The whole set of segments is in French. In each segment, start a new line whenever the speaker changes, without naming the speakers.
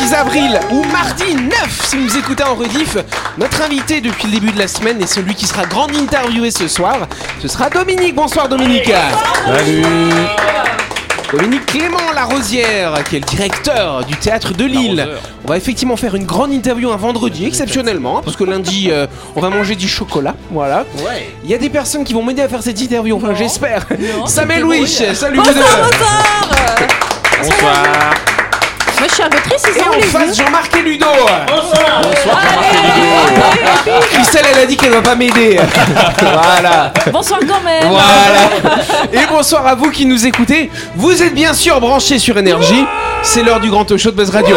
12 avril ou mardi 9 si vous écoutez en rediff. Notre invité depuis le début de la semaine et celui qui sera grand interviewé ce soir, ce sera Dominique. Bonsoir Dominique.
Salut
Dominique Clément Larosière, qui est le directeur du théâtre de Lille. On va effectivement faire une grande interview un vendredi, exceptionnellement, hein, parce que lundi, euh, on va manger du chocolat. Voilà. Il y a des personnes qui vont m'aider à faire cette interview, enfin, j'espère. Sam et Louis, salut vous deux.
Bonsoir, bonsoir
Bonsoir
Moi je suis un peu triste, ils
Et
ont
en
les
face, Jean-Marc et Ludo.
yeux.
Christelle, elle a dit qu'elle va pas m'aider. voilà.
Bonsoir quand même
Voilà. Et bonsoir à vous qui nous écoutez. Vous êtes bien sûr branchés sur Énergie. C'est l'heure du grand talk show de Buzz Radio.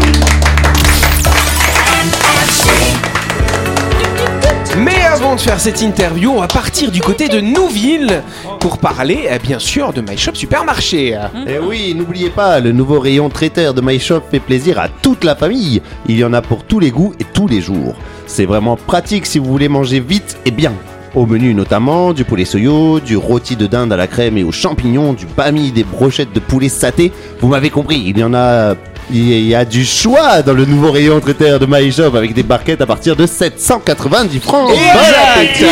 Mais avant de faire cette interview, on va partir du côté de Nouville pour parler, eh bien sûr, de My Shop Supermarché.
Et Eh oui, n'oubliez pas, le nouveau rayon traiteur de My Shop fait plaisir à toute la famille. Il y en a pour tous les goûts et tous les jours. C'est vraiment pratique si vous voulez manger vite et bien. Au menu notamment du poulet soyo, du rôti de dinde à la crème et aux champignons, du bami, des brochettes de poulet saté. Vous m'avez compris, il y en a il y a du choix dans le nouveau rayon traiteur de My Shop avec des barquettes à partir de 790 francs. Bon appétit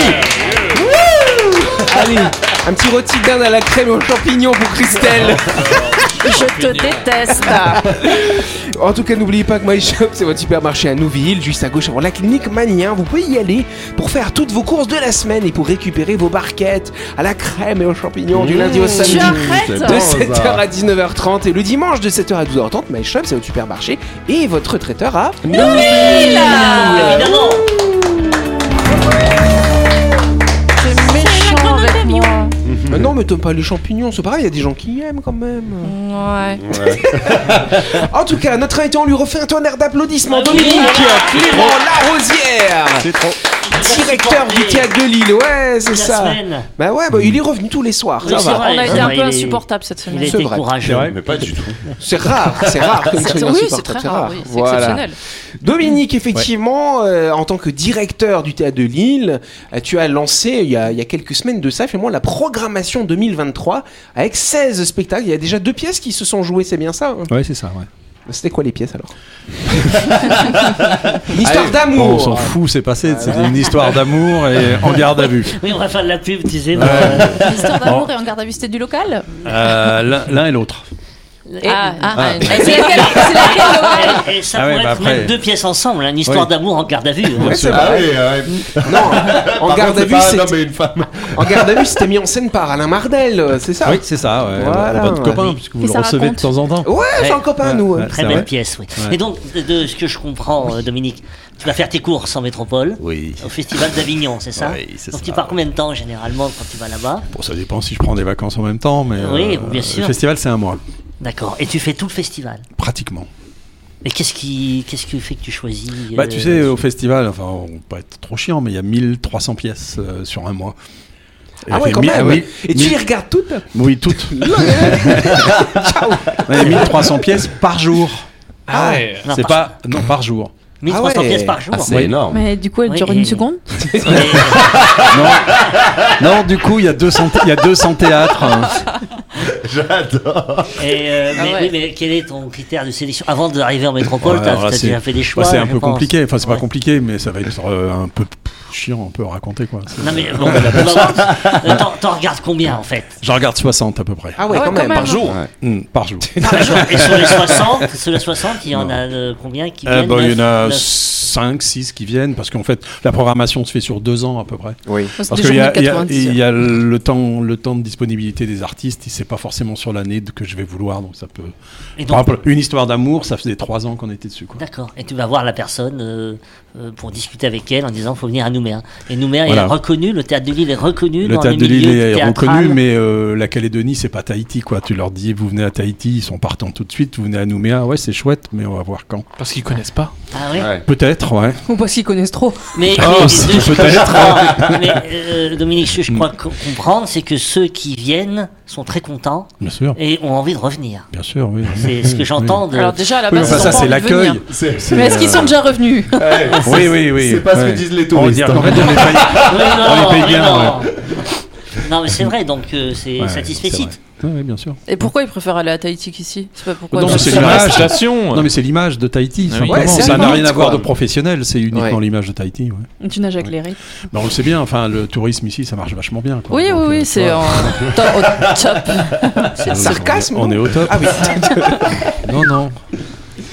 Allez, un petit rôti de dinde à la crème aux champignons pour Christelle.
Je te déteste
En tout cas, n'oubliez pas que My Shop, c'est votre supermarché à Nouville, juste à gauche avant la clinique Manien. Vous pouvez y aller pour faire toutes vos courses de la semaine et pour récupérer vos barquettes à la crème et aux champignons du
Mm.
lundi au samedi.
Tu arrêtes
de 7h à 19h30 et le dimanche de 7h à 12h30, My Shop c'est votre supermarché et votre traiteur à
T'es méchant avec moi
Mais Euh, Non mais t'aimes pas les champignons, c'est pareil, il y a des gens qui aiment quand même.
Ouais
En tout cas, notre invité, on lui refait un tonnerre d'applaudissements.
Ah
Dominique Clément Larosière
C'est trop.
Directeur du théâtre de Lille, ouais, c'est
La
ça.
semaine.
Bah ouais, bah, il est revenu tous les soirs,
Oui,
ça
c'est
va.
vrai.
On a été
Il
un
est-
peu insupportable cette
Il a
semaine.
C'est
été
vrai.
courageux.
Mais pas du tout.
C'est rare, c'est rare comme ça, il est
Oui, c'est
insupportable,
très rare, oui, c'est
Voilà.
exceptionnel.
Dominique, effectivement, euh, en tant que directeur du théâtre de Lille, euh, tu as lancé il y a, il y a quelques semaines de ça, finalement, la programmation 2023 avec 16 spectacles. Il y a déjà deux pièces qui se sont jouées, c'est bien ça hein
Ouais, c'est ça, ouais.
C'était quoi les pièces alors Une histoire
Bon, on
d'amour
s'en fout, c'est passé. C'était une histoire d'amour et en garde à vue.
Oui, on va faire de la pub, tu sais.
Histoire d'amour et en garde à vue, c'était du local
Euh, l'un- L'un et l'autre.
Ah, ah,
Ah.
Et c'est laquelle C'est laquelle Laura
Et, et ça
Ah ouais,
pourrait
bah
être
après.
même deux pièces ensemble, hein, une histoire
Oui.
d'amour en garde à vue. hein.
Ouais, c'est
Ah
vrai.
oui, ouais.
Non, en
Par contre,
garde, à
c'est
vue,
pas un
c'est-
homme et une femme.
en garde à vue, c'était mis en scène par Alain Mardel, euh, c'est ça
Ah Oui, c'est ça, ouais.
Voilà.
Votre copain,
Oui.
puisque vous
Et
le
ça
recevez de
raconte.
temps en temps.
Ouais, j'ai un copain, nous.
Eh, Ouais,
hein.
c'est
Très belle
vrai.
pièce, oui.
Ouais.
Et donc, de, de ce que je comprends, euh, Dominique, tu vas faire tes courses en métropole,
Oui.
au Festival d'Avignon, c'est ça
Oui, c'est
Donc
ça.
tu pars combien de temps généralement quand tu vas là-bas
Bon, ça dépend si je prends des vacances en même temps, mais euh,
Oui, bien sûr.
le festival, c'est un mois,
D'accord. Et tu fais tout le festival.
pratiquement.
Et qu'est-ce qui, qu'est-ce qui fait que tu choisis
Bah,
euh,
tu sais, au festival, enfin, on peut pas être trop chiant, mais il y a 1300 pièces euh, sur un mois. Et
Ah ouais,
puis,
quand
mi-
même.
Oui,
Et tu
mi-
les regardes toutes
oui, toutes. Il y a 1300 pièces par jour.
Ah
Non,
C'est
par-
pas. Non, par jour.
1300
Ah ouais.
pièces par jour.
C'est
Oui.
énorme.
Mais du coup, elle
Oui,
dure
et-
une seconde.
Non, du coup, il y a 200, il y a 200 théâtres. hein.
J'adore.
Et, euh,
Ah
mais,
ouais.
oui, mais quel est ton critère de sélection Avant d'arriver en métropole,
Ouais,
t'as
alors là,
t'as
c'est-
déjà fait des
Ouais,
choix.
c'est un
je
peu
pense.
compliqué. Enfin, c'est
Ouais.
pas compliqué, mais ça va être euh, un peu pff, chiant, un peu à raconter, quoi. C'est-
Non, mais bon, bah, euh, t'en- t'en regardes combien en fait
J'en regarde 60 à peu près.
Ah ouais,
Ah
quand
ouais, quand
même.
même. Par
jour
Hmm, par jour.
Par jour. Et sur les 60, sur les 60 il y en a euh, combien qui
Euh,
viennent
bah, il y en a
Neuf, neuf.
5, 6 qui viennent, parce qu'en fait, la programmation se fait sur deux ans à peu près.
Oui.
Parce
Parce
que
qu'il y, a- il y a-
90.
il y a le temps, le temps de disponibilité des artistes, et c'est pas forcément sur l'année de- que je vais vouloir, donc ça peut.
Et
Par
donc,
exemple, une histoire d'amour, ça faisait trois ans qu'on était dessus. Quoi.
D'accord. Et tu vas voir la personne euh, euh, pour discuter avec elle en disant faut venir à Nouméa. Et Nouméa
Voilà.
est reconnu, le théâtre de Lille est reconnu
Le
dans
théâtre de
le milieu
Lille est
théâtral.
reconnu, mais euh, la Calédonie, c'est pas Tahiti, quoi. Tu leur dis, vous venez à Tahiti, ils sont partants tout de suite. Vous venez à Nouméa, ouais, c'est chouette, mais on va voir quand.
Parce qu'ils connaissent pas.
Ah ouais.
Ouais.
Peut-être, ouais.
Ou parce qu'ils connaissent trop.
Mais,
Ah,
mais-
c'est
de- je
peut-être.
comprends. Mais, euh, Dominique, ce que je crois co- comprendre, c'est que ceux qui viennent sont très contents
Bien sûr,
et ont envie de revenir.
bien sûr, oui.
C'est ce que j'entends de.
Alors déjà à la
Oui,
base,
enfin,
ils ont
ça,
pas
c'est
envie de venir.
l'accueil.
C'est-
Mais est-ce qu'ils sont déjà revenus
Oui, oui, oui.
C'est pas ce
Ouais.
que disent les
On va
touristes. hein.
dire qu'en fait, on est pas-
Mais non,
les paye
mais
bien,
non. Non, mais c'est vrai, donc euh, c'est
Ouais,
satisfait.
c'est vrai. Ouais, ouais, bien sûr.
Et pourquoi ils préfèrent aller à Tahiti qu'ici C'est pas pourquoi.
Non,
ils-
mais c'est
la
l'image.
station.
Non, mais c'est l'image de
Ah
Tahiti.
oui.
simplement.
Ouais,
c'est
ça n'a
limite,
rien à voir
quoi.
de professionnel, c'est uniquement
Ouais.
l'image de Tahiti. ouais.
Tu nages éclairé.
Bah, on le sait bien, enfin, le tourisme ici, ça marche vachement bien. quoi.
Oui,
Donc,
oui,
euh,
oui, c'est
tu
en...
vois,
au top.
on est-
sarcasme,
On est au top.
Ah oui.
Non, non.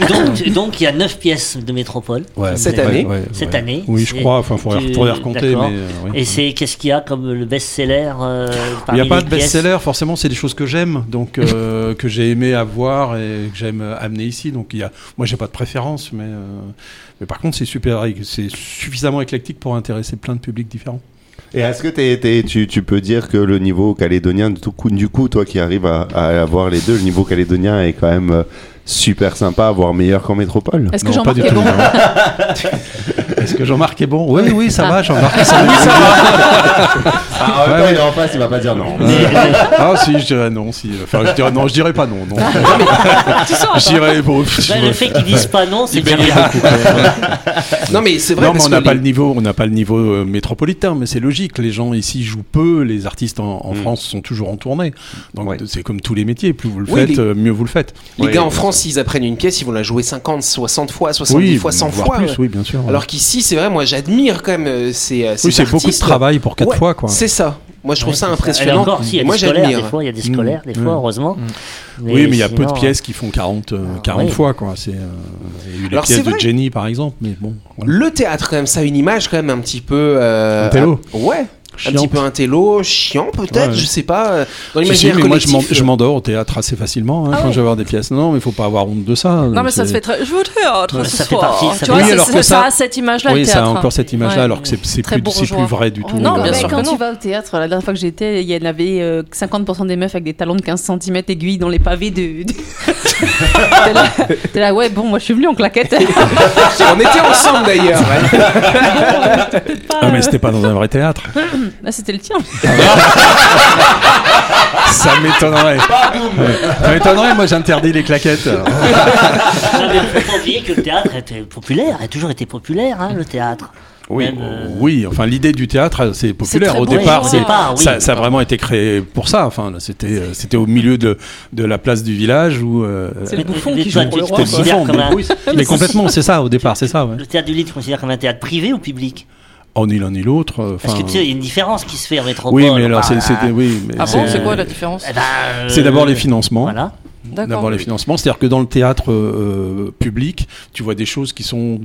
Donc, donc il y a 9 pièces de métropole.
Ouais,
Cette
ouais,
année.
ouais,
Cette
ouais.
année,
Oui, je
c'est-
crois. Enfin, il faudrait
tu-
faudrait recompter.
d'accord.
mais, euh, oui.
Et c'est qu'est-ce qu'il y a comme le best-seller euh,
Il n'y
parmi
a pas
les
de
pièces
best-seller, forcément, c'est des choses que j'aime, donc euh, que j'ai aimé avoir et que j'aime amener ici. Donc, il y a, moi, j'ai pas de préférence, mais, euh, mais par contre, c'est super, c'est suffisamment éclectique pour intéresser plein de publics différents.
Et est-ce que t'es- t'es- tu, tu peux dire que le niveau calédonien, du coup, du coup, toi qui arrives à, à avoir les deux, le niveau calédonien est quand même euh, super sympa, voire meilleur qu'en métropole
Est-ce que
Non, pas
Jean-Marc
du
est
tout,
bon
non. Est-ce que Jean-Marc est bon Oui, oui, ça va, Jean-Marc. ça va.
Ah, en même temps, il est en face, il va pas dire non.
ah, si, je dirais non. Si, euh, enfin, je dirais non, je dirais pas non. non. je dirais bon. je-
Bah, le fait qu'ils disent pas non, c'est bien.
Non, mais c'est vrai
non, mais
parce
on n'a
que
pas
les-
le niveau, on n'a pas le niveau euh, métropolitain, mais c'est logique. Les gens ici jouent peu, les artistes en,
Mm.
en France sont toujours en tournée. Donc
Ouais.
c'est comme tous les métiers, plus vous le
Oui,
faites,
les-
euh, mieux vous le faites.
les
Oui,
gars en
oui.
France, s'ils apprennent une pièce, ils vont la jouer 50, 60 fois, 70 fois, 100
voire
fois.
plus,
ouais.
oui, bien sûr.
Alors qu'ici, c'est vrai, moi j'admire quand même euh, ces, euh, ces
oui, c'est beaucoup de
artistes.
travail pour quatre
Ouais,
fois, quoi.
C'est ça. Moi je trouve ça
Et
impressionnant.
encore, si, il y a
moi
des scolaires, des
j'admire.
fois, il y a des scolaires, des fois,
Mm.
heureusement.
Oui, mais euh, il y a peu de
sinon,
pièces qui font 40, euh,
Ah,
40
oui.
fois, quoi. C'est euh, il y a eu les
Alors, c'est
pièces de
vrai.
Jenny, par exemple, mais bon. voilà.
Le théâtre, quand même, ça a une image quand même un petit peu. euh,
Un télo.
un- Ouais. Un petit
Chiante.
peu un télo, chiant peut-être,
Ouais.
je sais pas. euh, Dans
Si, si,
l'imaginaire
mais moi, je m'en-
collectif. euh. Ah
je m'endors au théâtre assez facilement hein, quand je vais voir des pièces. Non, mais il faut pas avoir honte de ça.
Non, mais ça se fait très. Je veux te théâtre
Ouais,
ce
ça fait
soir.
partie, ça
tu
fait
vois,
partie. Oui,
c'est-
alors
c'est-
que
ça
ça-
a cette image-là.
Oui,
le
ça a
théâtre,
encore
hein.
cette image-là,
Ouais.
alors que c'est c'est
Très
plus, c'est
bourgeois.
plus vrai du tout. euh,
Non,
Non,
bien
mais
sûr
quand
que non.
tu vas au théâtre, la dernière fois que j'étais, il y en avait euh, 50% des meufs avec des talons de 15 cm aiguilles dans les pavés de. de- T'es là, t'es là, ouais, bon, moi je suis venue en claquette.
Ah,
euh. On était ensemble d'ailleurs. ouais.
Pas,
Ah, mais c'était pas dans un vrai théâtre.
euh, ah, c'était le tien.
Ça m'étonnerait. Ça m'étonnerait, moi j'interdis les claquettes.
Non, mais faut pas oublier que le théâtre était populaire, a toujours été populaire, hein, le théâtre.
Oui, oh,
Même, euh,
oui, enfin l'idée du théâtre euh, c'est populaire.
très
Au
bourgeois.
départ,
Au
c'est-
départ, oui.
ça, ça a vraiment été créé pour ça. Enfin, là, c'était euh, c'était au milieu de, de la place du village où. euh,
C'est le bouffon
Mais
qui
toi,
joue pour
tu
le
te
roi.
considères
bouffon,
comme
mais
un-
oui, Mais complètement, c'est ça au départ, c'est ça. Ouais.
Le théâtre du Lille, tu considères comme un théâtre privé ou public
Oh, ni l'un ni l'autre. euh,
Parce
enfin,
que tu sais, il y a une différence qui se fait en métropole.
oui, mais alors
enfin,
c'est c'était- oui, mais
Ah bon,
c'est-
c'est quoi la différence
eh ben, euh,
C'est d'abord les financements.
Voilà.
D'accord.
d'avoir les financements. C'est-à-dire que dans le théâtre euh, euh, public, tu vois des choses qui sont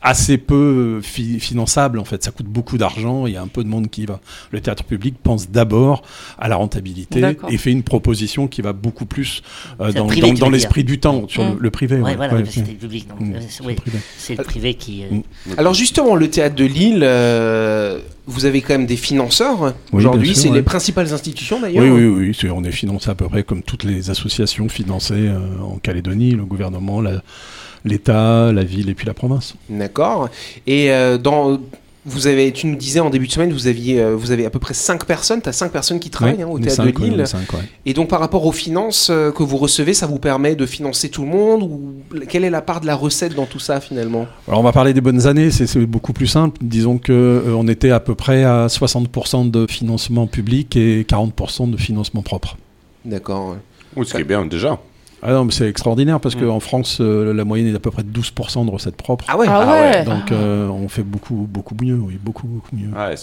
assez peu euh, fi- finançables en fait. Ça coûte beaucoup d'argent, il y a un peu de monde qui y va. Le théâtre public pense d'abord à la rentabilité
D'accord.
et fait une proposition qui va beaucoup plus euh,
C'est
dans,
privé, tu
dans- dans
veux dire. Mmh.
l'esprit du temps, sur
Mm.
le, le privé.
Ouais,
ouais,
voilà,
ouais,
parce que
ouais.
c'était le public. donc,
Mm,
euh, c'est-
sur le
ouais,
privé.
C'est le privé qui. euh,
Mm.
Alors justement, le théâtre de Lille, euh, vous avez quand même des financeurs
bien
aujourd'hui.
sûr,
C'est
ouais.
les principales institutions d'ailleurs.
Oui, oui, oui, c'est- on est financé à peu près comme toutes les associations financées euh, en Calédonie, le gouvernement, la- l'État, la ville et puis la province.
D'accord. Et euh, dans vous avez, tu nous disais en début de semaine, vous aviez, euh, vous avez à peu près 5 personnes, tu as 5 personnes qui travaillent
Ouais,
hein,
on
au
est
théâtre
cinq,
de
ouais, on
Lille.
est cinq, ouais.
Et donc par rapport aux finances euh, que vous recevez, ça vous permet de financer tout le monde ou quelle est la part de la recette dans tout ça finalement
Alors on va parler des bonnes années, c'est c'est beaucoup plus simple. Disons que euh, on était à peu près à 60% de financement public et 40% de financement propre.
D'accord. ouais.
Ou ce qui est bien déjà.
Ah non, mais c'est extraordinaire parce qu'en France, euh, la moyenne est à peu près de 12% de recettes propres.
Ah ouais.
Ah ouais.
Donc euh, on fait beaucoup, beaucoup mieux, oui, beaucoup, beaucoup mieux.
Ouais,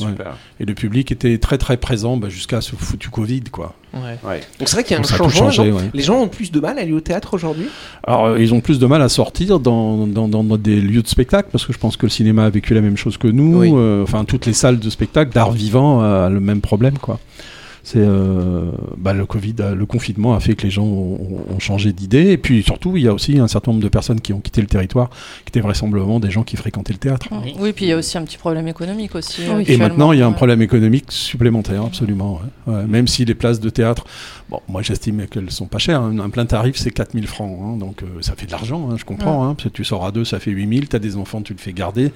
Et le public était très, très présent bah, jusqu'à ce foutu Covid, quoi.
Ouais.
Donc c'est vrai qu'il y a un
Donc, ça a tout
changement.
changé,
les gens-
ouais.
Les gens ont plus de mal à aller au théâtre aujourd'hui.
Alors, euh, ils ont plus de mal à sortir dans, dans, dans- dans des lieux de spectacle, parce que je pense que le cinéma a vécu la même chose que nous.
Oui.
euh, enfin, toutes les salles de spectacle d'art vivant euh, a le même problème, quoi. C'est euh, bah, le Covid, euh, le confinement a fait que les gens ont, ont changé d'idée. Et puis surtout, il y a aussi un certain nombre de personnes qui ont quitté le territoire, qui étaient vraisemblablement des gens qui fréquentaient le théâtre.
Oui, puis il y a aussi un petit problème économique aussi.
Oui.
Et
actuellement.
maintenant, il y
euh,
a un problème économique supplémentaire, absolument. ouais. Ouais, même si les places de théâtre, bon, moi j'estime qu'elles sont pas chères. hein. Un plein tarif, c'est 4000 francs. hein. donc euh, ça fait de l'argent, hein, je comprends. hein, parce que tu sors à deux, ça fait 8000. Tu as des enfants, tu le fais garder.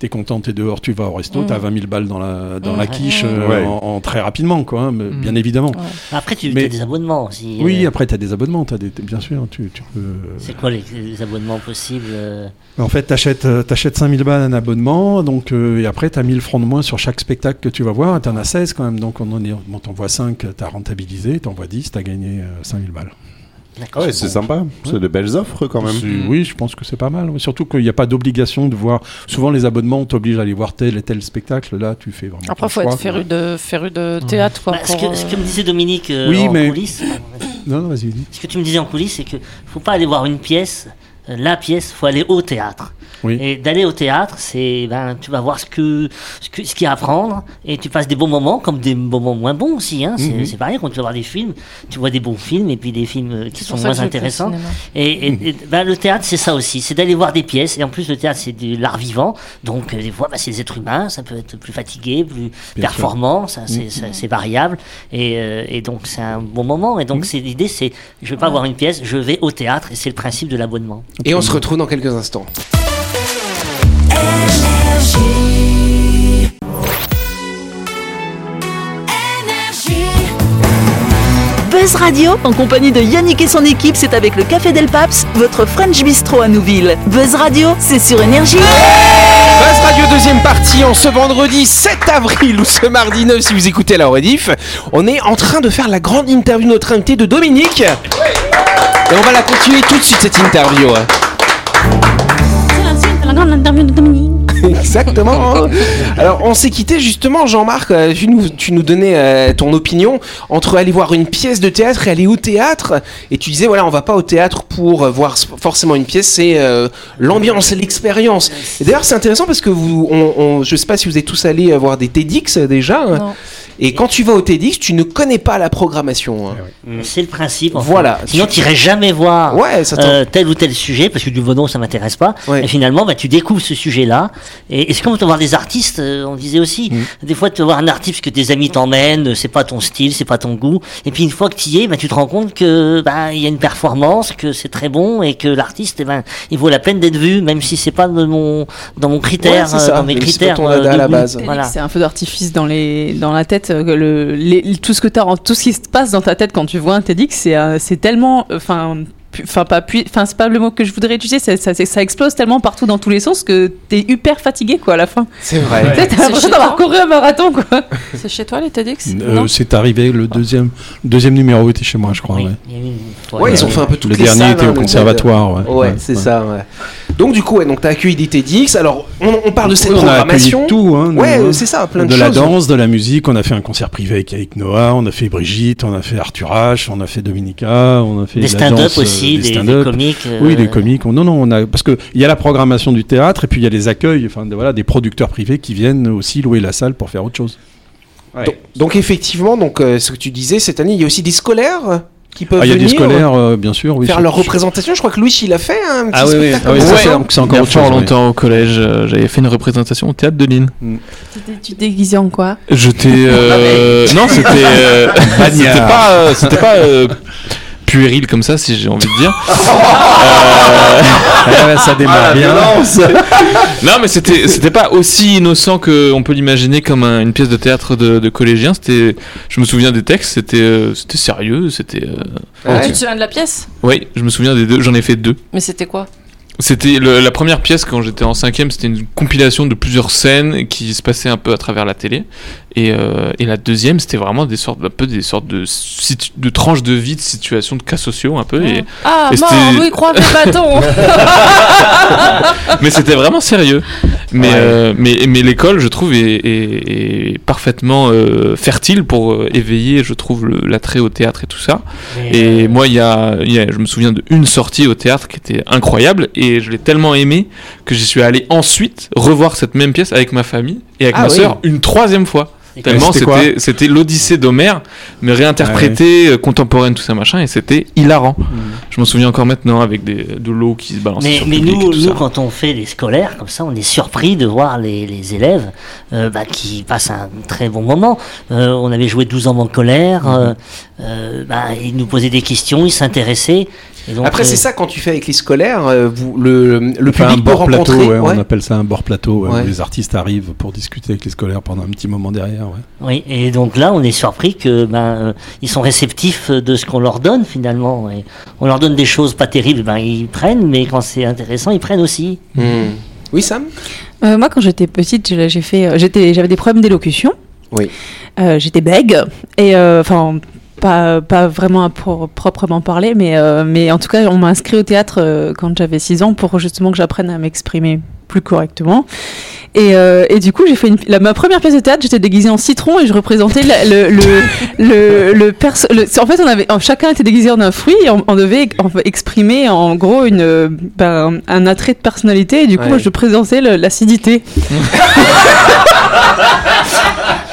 Tu es content, tu es dehors, tu vas au resto.
Mm.
Tu as 20 000 balles dans la, dans la
Mm.
quiche euh,
Ouais.
en, en très rapidement, quoi, hein, mais
Mm.
bien évidemment.
Bah, Après, tu
Mais-
as des abonnements aussi.
Oui,
euh,
après, tu as des abonnements. As des, bien sûr, tu, tu peux. euh,
C'est quoi les, les abonnements possibles euh,
En fait, t'achètes, euh, t'achètes 5000 balles un abonnement, donc, euh, et après, t'as 1000 francs de moins sur chaque spectacle que tu vas voir, t'en as 16 quand même, donc on en est, bon, t'en vois 5, t'as rentabilisé, t'en vois 10, t'as gagné euh, 5000 balles.
D'accord.
Ah Ouais, c'est sympa. C'est de belles offres quand même.
C'est- Oui, je pense que c'est pas mal, ouais. surtout qu'il n'y a pas d'obligation de voir, souvent les abonnements, on t'oblige à aller voir tel et tel spectacle, là, tu fais vraiment
Après,
ton
faut
choix,
être
quoi.
féru de, féru de théâtre, quoi.
Bah, ce,
pour,
que, ce
euh,
que me disait Dominique euh,
Oui,
en
mais-
coulisses,
Non, non, vas-y, dis.
ce que tu me disais en coulisses, c'est que faut pas aller voir une pièce, euh, la pièce, faut aller au théâtre.
Oui.
Et d'aller au théâtre, c'est ben tu vas voir ce que ce que- ce qu'il y a à apprendre et tu passes des bons moments comme des moments moins bons aussi. Hein. C'est
Mhm.
c'est pareil quand tu vas voir des films, tu vois des bons films et puis des films euh, qui
c'est
sont
pour ça
moins
que je vais plus au
intéressants.
cinéma.
Et,
Mhm.
et- et, ben, le théâtre, c'est ça aussi, c'est d'aller voir des pièces. Et en plus, le théâtre, c'est de l'art vivant. Donc, euh, des fois, ben, c'est des êtres humains, ça peut être plus fatigué, plus
Bien Mhm.
performant, ça, c'est, ça- c'est variable. Et, euh, et donc, c'est un bon moment. Et
Mhm.
donc, c'est, l'idée, c'est je vais pas voir une pièce, je vais au théâtre. Et c'est le principe de l'abonnement.
Et on se retrouve dans quelques instants.
Buzz Radio, en compagnie de Yannick et son équipe, c'est avec le Café Del Paps, votre French Bistro à Nouville. Buzz Radio, c'est sur Énergie.
Buzz Radio deuxième partie en ce vendredi 7 avril ou ce mardi 9 si vous écoutez la rediff. On est en train de faire la grande interview de notre invité de Dominique. Et on va la continuer tout de suite cette interview. hein. Exactement. hein. Alors on s'est quitté justement Jean-Marc, euh, tu nous, tu nous donnais euh, ton opinion entre aller voir une pièce de théâtre et aller au théâtre. Et tu disais voilà on va pas au théâtre pour euh, voir s- forcément une pièce, c'est euh, l'ambiance, l'expérience. Et d'ailleurs c'est intéressant parce que vous, on, on- je sais pas si vous êtes tous allés euh, voir des TEDx euh, déjà. hein.
Non.
Et quand tu vas au TEDx tu ne connais pas la programmation. hein.
Mm. C'est le principe. en fait.
Voilà.
Sinon, tu irais jamais voir.
Ouais, ça t'en-
euh, tel ou tel sujet parce que du bon non ça m'intéresse pas
Ouais.
et finalement bah, tu découvres ce sujet là et, et c'est comme te voir des artistes euh, on disait aussi
Mm.
des fois tu vas voir un artiste parce que tes amis t'emmènent euh, c'est pas ton style c'est pas ton goût et puis une fois que tu y es bah, tu te rends compte que bah, il y a une performance que c'est très bon et que l'artiste eh ben il vaut la peine d'être vu même si c'est pas dans mon dans mon critère
Ouais, c'est
euh,
ça.
dans mes
Même si c'est
critères
pas ton
euh,
dada à
de
la
goût.
base.
voilà
C'est un feu d'artifice dans, les, dans la tête. euh, que le, les- tout, ce que t'as en- tout ce qui se passe dans ta tête quand tu vois un TEDx, c'est euh, c'est tellement. Enfin, enfin pas pui- enfin, c'est pas le mot que je voudrais utiliser, ça, ça, c'est- ça explose tellement partout dans tous les sens que t'es hyper fatigué quoi à la fin.
C'est vrai.
Tu sais, T'as l'impression d'avoir couru un marathon quoi.
C'est chez toi, les TEDx
Euh,
Non
c'est arrivé, le
Ah.
deuxième, le deuxième numéro était chez moi, je crois.
Oui,
ouais.
il y a eu une- euh,
Ouais, ils ont fait un peu toutes
Le
les
dernier
salles,
était
hein,
au
le
conservatoire.
Ouais, c'est ça. ouais. Donc du coup, ouais, donc t'as accueilli des TEDx. Alors, on, on parle de cette
Oui, on a accueilli
programmation.
tout, hein,
Ouais,
nous, hein.
euh, c'est ça, plein de,
de la
choses.
danse, de la musique. On a fait un concert privé avec, avec Noah, on a fait Brigitte, on a fait Arthur H, on a fait Dominica, on a fait
des
de la danse,
stand-up
euh,
aussi des, des
stand-up.
comiques euh,
Oui, des comiques. On- Non, non, on a parce que il y a la programmation du théâtre et puis il y a les accueils, enfin de- voilà, des producteurs privés qui viennent aussi louer la salle pour faire autre chose.
Donc, donc, effectivement, donc euh, ce que tu disais cette année, il y a aussi des scolaires qui peuvent
Ah, il y a
venir
des scolaires, euh, bien sûr. Oui,
faire
sur-
leur représentation. Je crois que Louis, il a fait hein, un petit
Ah oui, oui.
spectacle.
Ah oui,
Ouais,
comme
ça,
ça.
c'est-
c'est-
donc c'est encore
il y a
autre
fort
chose, oui.
longtemps au collège, euh, j'avais fait une représentation au théâtre de Lille.
Tu t'es- Tu te déguisais en quoi
Je t'ai. euh, non, c'était. euh, c'était pas. euh, c'était pas. euh, puéril comme ça, si j'ai envie de dire.
Ah ouais, ça démarre bien.
Non, mais c'était c'était pas aussi innocent que on peut l'imaginer comme un- une pièce de théâtre de, de collégien. C'était. Je me souviens des textes. C'était. euh, c'était sérieux. C'était. euh,
Ouais.
Tu te souviens de la pièce
Oui, je me souviens des deux. J'en ai fait deux.
Mais c'était quoi
C'était le- la première pièce quand j'étais en cinquième, c'était une compilation de plusieurs scènes qui se passaient un peu à travers la télé. Et, euh, et la deuxième, c'était vraiment des sortes, un peu des sortes de, situ- de tranches de vie, de situations de cas sociaux un peu. Et,
Ah,
Et
mort,
c'était-
oui, crois mes bâtons
mais c'était vraiment sérieux. Mais,
Ouais.
euh, mais, mais l'école, je trouve, est, est- est parfaitement euh, fertile pour euh, éveiller, je trouve, le- l'attrait au théâtre et tout ça.
euh,
Et moi, il y a, il y a- je me souviens d'une sortie au théâtre qui était incroyable et je l'ai tellement aimé que j'y suis allé ensuite revoir cette même pièce avec ma famille et avec
Ah
ma
oui.
sœur une troisième fois.
Et
Tellement
c'était quoi
c'était c'était l'Odyssée d'Homère, mais réinterprétée, euh, contemporaine, tout ça machin, et c'était hilarant. Je m'en souviens encore maintenant avec des, de l'eau qui se balançait
Mais,
sur le
mais
public et
nous,
tout
nous,
ça.
quand on fait les scolaires, comme ça, on est surpris de voir les, les élèves euh, bah, qui passent un très bon moment. Euh, on avait joué 12 ans en colère,
Mhm.
euh, euh, bah, ils nous posaient des questions, ils s'intéressaient. et donc,
Après,
euh,
c'est ça quand tu fais avec les scolaires, euh, vous, le, le
Enfin, un
public peut
bord plateau,
rencontrer.
ouais,
ouais.
on appelle ça un bord plateau, ouais,
Ouais.
où les artistes arrivent pour discuter avec les scolaires pendant un petit moment derrière. ouais.
Oui, et donc là, on est surpris que ben euh, ils sont réceptifs euh, de ce qu'on leur donne finalement. Et on leur donne des choses pas terribles, ben ils prennent, mais quand c'est intéressant, ils prennent aussi.
Hmm. Oui, Sam
Euh, moi, quand j'étais petite, je- j'ai fait, euh, j'étais, j'avais des problèmes d'élocution.
Oui.
Euh, j'étais bègue et euh, enfin. pas, pas vraiment à pour- proprement parler, mais, euh, mais en tout cas, on m'a inscrit au théâtre euh, quand j'avais 6 ans pour justement que j'apprenne à m'exprimer plus correctement. Et, euh, et du coup, j'ai fait une- la- ma première pièce de théâtre, j'étais déguisée en citron et je représentais la- le, le, le, le perso- le- c'est- En fait, on avait, en- chacun était déguisé en un fruit et on, on devait en- exprimer en gros une, euh, ben, un attrait de personnalité. Et du coup,
Ouais.
moi, je présentais le- l'acidité.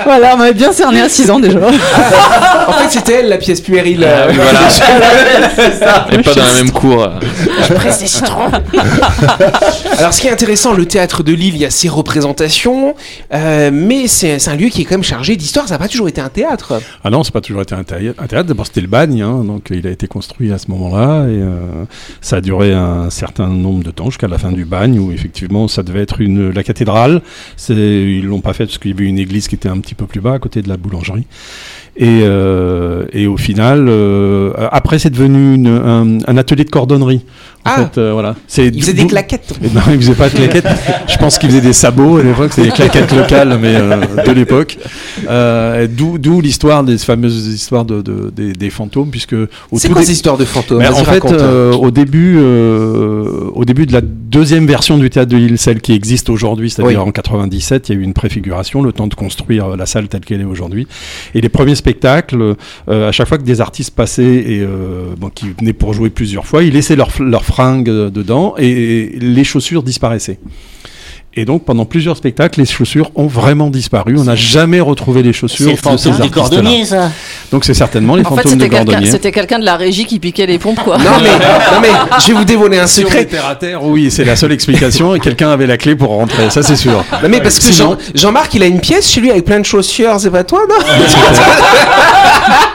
voilà, on m'avait bien cerné à 6 ans déjà.
En fait, c'était elle la pièce puérile. euh,
Ah oui, voilà. Et pas dans la même cour. euh.
Alors, ce qui est intéressant, le théâtre de Lille, il y a ses représentations, euh, mais c'est c'est un lieu qui est quand même chargé d'histoire. Ça n'a pas toujours été un théâtre.
Ah non, c'est pas toujours été un théâ- un théâtre. D'abord, c'était le bagne, hein, donc euh, il a été construit à ce moment-là et euh, ça a duré un certain nombre de temps jusqu'à la fin du bagne où effectivement ça devait être une la cathédrale. C'est ils l'ont pas fait parce qu'il y avait une église qui était un petit peu plus bas à côté de la boulangerie. Et, euh, et au final, euh, après, c'est devenu une- un, un atelier de cordonnerie. En
Ah.
fait, euh, voilà. C'est
Il faisait
dou-
des claquettes.
et non, Eh ben, il faisait pas de claquettes. Je pense qu'il faisait des sabots à l'époque, c'est des claquettes locales, mais euh, de l'époque. Euh, d'où, d'où l'histoire des fameuses histoires de, de- des, des fantômes, puisque au
C'est
tout
quoi
dé-
ces histoires de fantômes
Mais
Vas-y,
en fait,
raconte.
euh, au début, euh, au début de la deuxième version du théâtre de Lille, celle qui existe aujourd'hui, c'est-à-dire en 97, il y a eu une préfiguration, le temps de construire euh, la salle telle qu'elle est aujourd'hui. Et les premiers spectacles, euh, à chaque fois que des artistes passaient et euh, bon, qui venaient pour jouer plusieurs fois, ils laissaient leurs leurs fringues euh, dedans et les chaussures disparaissaient. Et donc pendant plusieurs spectacles, les chaussures ont vraiment disparu. On n'a jamais retrouvé les
C'est
chaussures
le
de ces
fantôme du
artistes-là.
cordonnier, ça.
Donc c'est certainement les
En fait,
fantômes de
c'était quelqu'un
cordonnier.
c'était quelqu'un de la régie qui piquait les pompes, quoi.
Non mais, non mais, je vais vous dévoiler un
Si on est
secret.
terre à terre, oui, c'est la seule explication. Et quelqu'un avait la clé pour rentrer, ça c'est sûr.
Non mais parce que
Sinon-
Jean- Jean-Marc, il a une pièce chez lui avec plein de chaussures, c'est pas toi, non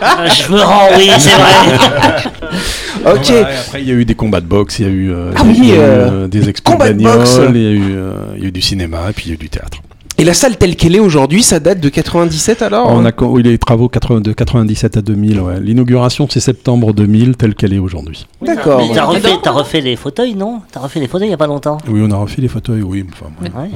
Ah, Je me rends, oui, c'est vrai.
Ok.
Voilà, bah, et après, il y a eu des combats de boxe, il y a eu euh,
Ah
il y a
oui,
eu,
euh,
euh, des expos de
combats de boxe.
bagnoles, il y a eu, euh, il y a eu du cinéma, et puis il y a eu du théâtre.
Et la salle telle qu'elle est aujourd'hui, ça date de 97 alors
On a con- oui, les travaux 80 de 97 à 2000. ouais. L'inauguration, c'est septembre 2000, telle qu'elle est aujourd'hui.
D'accord.
Mais T'as refait, t'as refait les fauteuils, non T'as refait les fauteuils il y a pas longtemps.
Oui, on a refait les fauteuils, oui. enfin, ouais.
Ouais,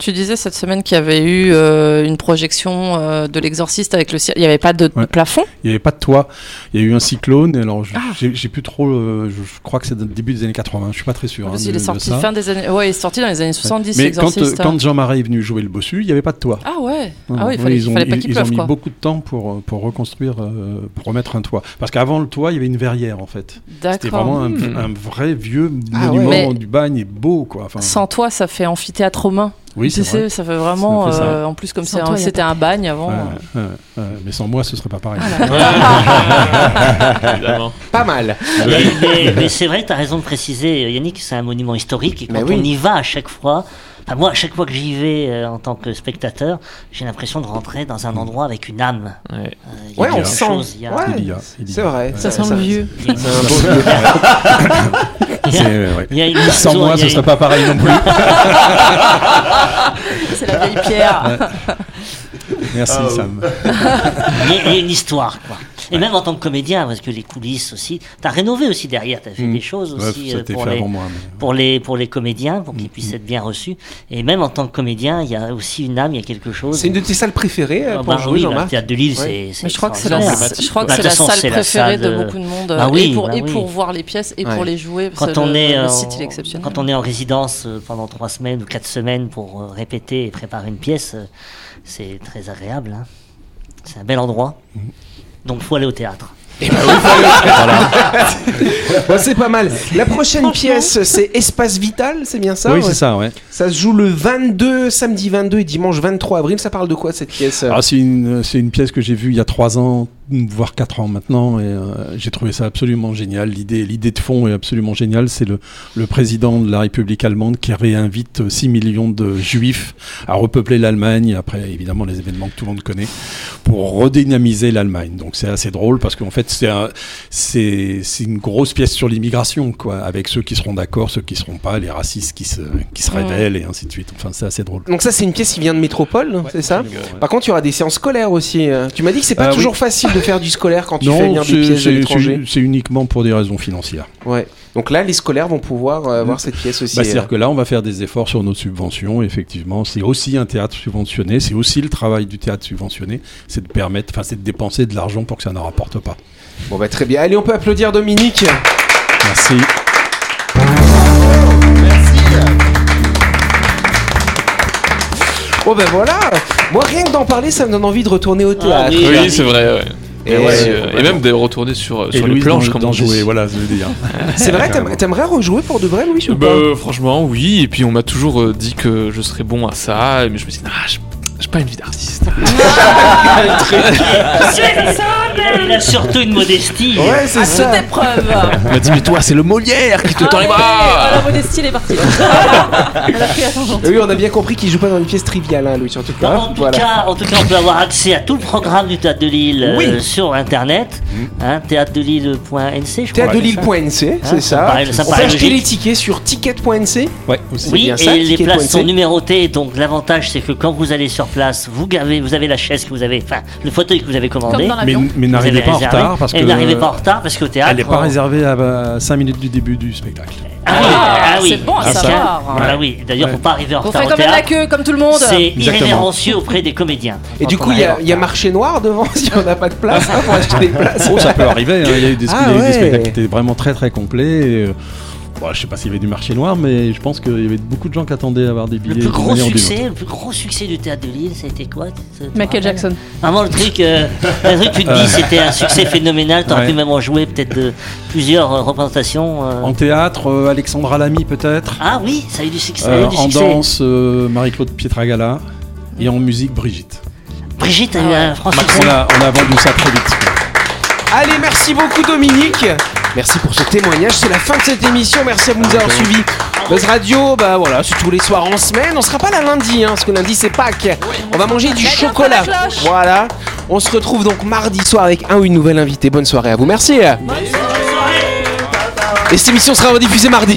Tu disais cette semaine qu'il y avait eu euh, une projection euh, de l'exorciste avec le ciel. Il n'y avait pas de
Ouais.
plafond.
Il n'y avait pas de toit. Il y a eu un cyclone. et Alors, je-
Ah.
j'ai j'ai plus trop. euh, je, je crois que c'est le début des années 80. Je suis pas très sûr. hein,
Parce
de-
qu'il est
de
sorti
ça.
fin des années. Ouais, il est sorti dans les années 70,
Mais quand, euh,
l'exorciste.
hein.
quand Jean Marais est venu jouer le bossu, il n'y avait pas de toit.
Ah ouais.
Non,
Ah oui, il
non,
fallait,
ils ont,
fallait pas
ils-
qu'il
ils
pleuve,
ont mis
quoi.
beaucoup de temps pour, euh, pour reconstruire, euh, pour remettre un toit. Parce qu'avant le toit, il y avait une verrière en fait. C'était vraiment
D'accord.
un,
Hmm.
un vrai vieux
Ah
monument
ouais. Mais-
du bagne et beau quoi. Enfin,
Sans toi, ça fait amphithéâtre romain.
oui,
Tu
c'est
sais,
vrai.
ça fait vraiment.
Ça fait ça.
euh, en plus, comme
Sans
c'est un-
toi, il y a
c'était un bagne avant.
Ouais,
euh,
ouais, ouais, ouais. mais sans moi, ce serait pas pareil.
Ah
Évidemment.
Pas mal.
Mais, mais- mais c'est vrai, tu as raison de préciser, euh, Yannick, c'est un monument historique et quand
Mais oui.
on y va à chaque fois, enfin, moi à chaque fois que j'y vais euh, en tant que spectateur, j'ai l'impression de rentrer dans un endroit avec une âme.
Ouais.
Euh, il y a
Ouais, on
quelque
sent.
chose, il y a-
Ouais,
Il y a- il y a-
C'est vrai.
Ça sent le vieux.
il y a-
C'est un beau lieu.
il y
C'est-
a-
ouais, ouais.
il y a une
Sans
maison,
moi,
il y a
ce
une-
serait pas pareil non plus.
C'est la vieille pierre.
Merci
Ah
Sam.
Il y a- il y a une histoire, quoi. Et même en tant que comédien, parce que les coulisses aussi, t'as rénové aussi derrière, t'as fait
Mm.
des choses
Ouais,
aussi
ça
euh,
t'est
pour,
fait
les,
avant moi. mais-
pour, les, pour les comédiens, pour qu'ils
Mm-hmm.
puissent être bien reçus. Et même en tant que comédien, il y a aussi une âme, il y a quelque chose.
C'est une de tes salles préférées euh,
Ah
pour
bah
jouer,
oui, bah, le
Jean-Marc
théâtre de Lille,
Ouais.
c'est- c'est.
Mais je crois que c'est la,
extraordinaire.
je crois que
Bah,
c'est
de
la
toute façon,
salle
c'est la
préférée
salle
de...
de-
beaucoup de monde.
Bah
et
oui,
pour,
bah
et pour
oui.
voir les pièces et
Ouais.
pour les jouer. parce
Quand
que
on,
le,
est
le
en,
site, il est exceptionnel.
quand on est en résidence euh, pendant trois semaines ou quatre semaines pour euh, répéter et préparer une pièce, euh,
Mm-hmm.
c'est très agréable. hein. C'est un bel endroit. Donc faut aller au théâtre.
Eh ben oui, voilà. Bon, c'est pas mal. La prochaine pièce, c'est Espace Vital, c'est bien ça
oui,
ouais
c'est ça, ouais.
Ça se joue le 22, samedi 22 et dimanche 23 avril. Ça parle de quoi cette pièce
Alors, Ah, c'est une, c'est une pièce que j'ai vue il y a trois ans, voire quatre ans maintenant, et euh, j'ai trouvé ça absolument génial. L'idée, l'idée de fond est absolument géniale. C'est le, le président de la République allemande qui réinvite euh, 6 millions de juifs à repeupler l'Allemagne, après évidemment les événements que tout le monde connaît, pour redynamiser l'Allemagne. Donc c'est assez drôle parce qu'en fait, c'est, un- c'est, c'est une grosse pièce sur l'immigration, quoi, avec ceux qui seront d'accord, ceux qui seront pas, les racistes qui se, qui se révèlent, et ainsi de suite. Enfin, c'est assez drôle.
Donc ça, c'est une pièce qui vient de Métropole, c'est ça
Ouais.
Par contre, il y aura des séances scolaires aussi. euh. Tu m'as dit que c'est pas
Ah oui.
toujours facile de faire du scolaire quand tu
Non,
fais venir
c'est-
des pièces de
c'est-
l'étranger.
c'est c'est uniquement pour des raisons financières.
Ouais. Donc là, les scolaires vont pouvoir euh, voir cette pièce aussi.
Bah, C'est-à-dire que là, on va faire des efforts sur nos subventions, effectivement. C'est aussi un théâtre subventionné, c'est aussi le travail du théâtre subventionné, c'est de permettre, enfin, c'est de dépenser de l'argent pour que ça ne rapporte pas.
Bon bah très bien. Allez, on peut applaudir Dominique.
Merci.
Bon ben voilà. Moi, rien que d'en parler, ça me donne envie de retourner au théâtre.
oui.
Oui, c'est vrai, ouais.
Et
Et,
Ah, ouais,
euh, et
complètement.
même de retourner sur, euh, sur les
Louise,
planches,
dans-
comme
dans
on dit.
jouer, voilà, je veux dire.
C'est vrai, t'aim- t'aimerais rejouer pour de vrai, Louis ou pas
Bah, franchement, oui. Et puis, on m'a toujours euh, dit que je serais bon à ça. Mais je me suis dit, ah, j'ai- j'ai pas une vie d'artiste.
Il a surtout une modestie.
Ouais, c'est ça.
Toute épreuve
On m'a dit, mais toi, c'est le Ah Molière qui te tend les bras.
La modestie, elle est partie. Elle a pris la tangente.
Oui, on a bien compris qu'il joue pas dans une pièce triviale, hein, Louis, surtout
Bon,
pas.
en, tout cas, en tout cas, on peut avoir accès à tout le programme du Théâtre de Lille euh,
Oui.
sur internet,
Mm.
hein, théâtre-de-lille.nc, je crois.
Théâtre de Lille.nc,
ça
c'est ça.
paraît- ça
on peut
paraît
acheter les
logique.
tickets sur ticket.nc.
Ouais, aussi.
Oui,
bien
et
ça,
les
ticket.nc.
places sont numérotées, donc l'avantage c'est que quand vous allez sur place, vous avez, vous avez la chaise que vous avez, enfin le fauteuil que vous avez commandé.
Comme dans
Mais,
l'avion.
mais
vous
n'arrivez
avez
pas en
réservé.
retard parce
Et
que.
n'arrivez pas en retard parce qu'au théâtre.
Elle n'est pas
on-
réservée à 5 minutes du début du spectacle.
Ah, oui,
Ah,
ah oui,
c'est bon à
parce que-
savoir.
Ah oui, d'ailleurs, faut pas arriver en
On
retard.
fait
au
quand même la
théâtre.
queue, comme tout le monde.
C'est
Exactement.
irrévérencieux auprès des comédiens.
Et du
Quand
coup,
on
il y, a-
arrive en
il y a
retard.
marché noir devant si on n'a pas de place hein, pour acheter des places.
Oh, ça peut arriver. hein. Il y a eu des,
Ah
il y a eu des
ouais.
spectacles qui étaient vraiment très très complets. et, euh, bon, je sais pas s'il y avait du marché noir, mais je pense qu'il y avait beaucoup de gens qui attendaient à avoir des
Le
billets.
plus
d'une
gros
manière ou d'une
succès, le plus gros succès du théâtre de Lille, ça a été quoi ça te rappelle
Michael Jackson.
Vraiment le truc, euh, le truc tu te dis c'était un succès phénoménal, t'aurais
Ouais.
pu même en jouer peut-être de plusieurs euh, représentations. euh.
En théâtre, euh, Alexandra Lamy peut-être.
Ah oui, ça a eu du succès. ça a eu
Euh,
du
en
succès.
danse, euh, Marie-Claude Pietragala. Et en musique, Brigitte.
Brigitte a eu
ouais.
un franc succès.
On a, on a vendu ça très vite.
Allez, merci beaucoup Dominique. Merci pour ce témoignage. C'est la fin de cette émission. Merci à vous de nous avoir suivis. Buzz Radio, bah voilà, c'est tous les soirs en semaine. On sera pas là lundi, hein, parce que lundi c'est Pâques. On va manger du chocolat. Voilà. On se retrouve donc mardi soir avec un ou une nouvelle invitée. Bonne soirée à vous. Merci. Et cette émission sera rediffusée mardi.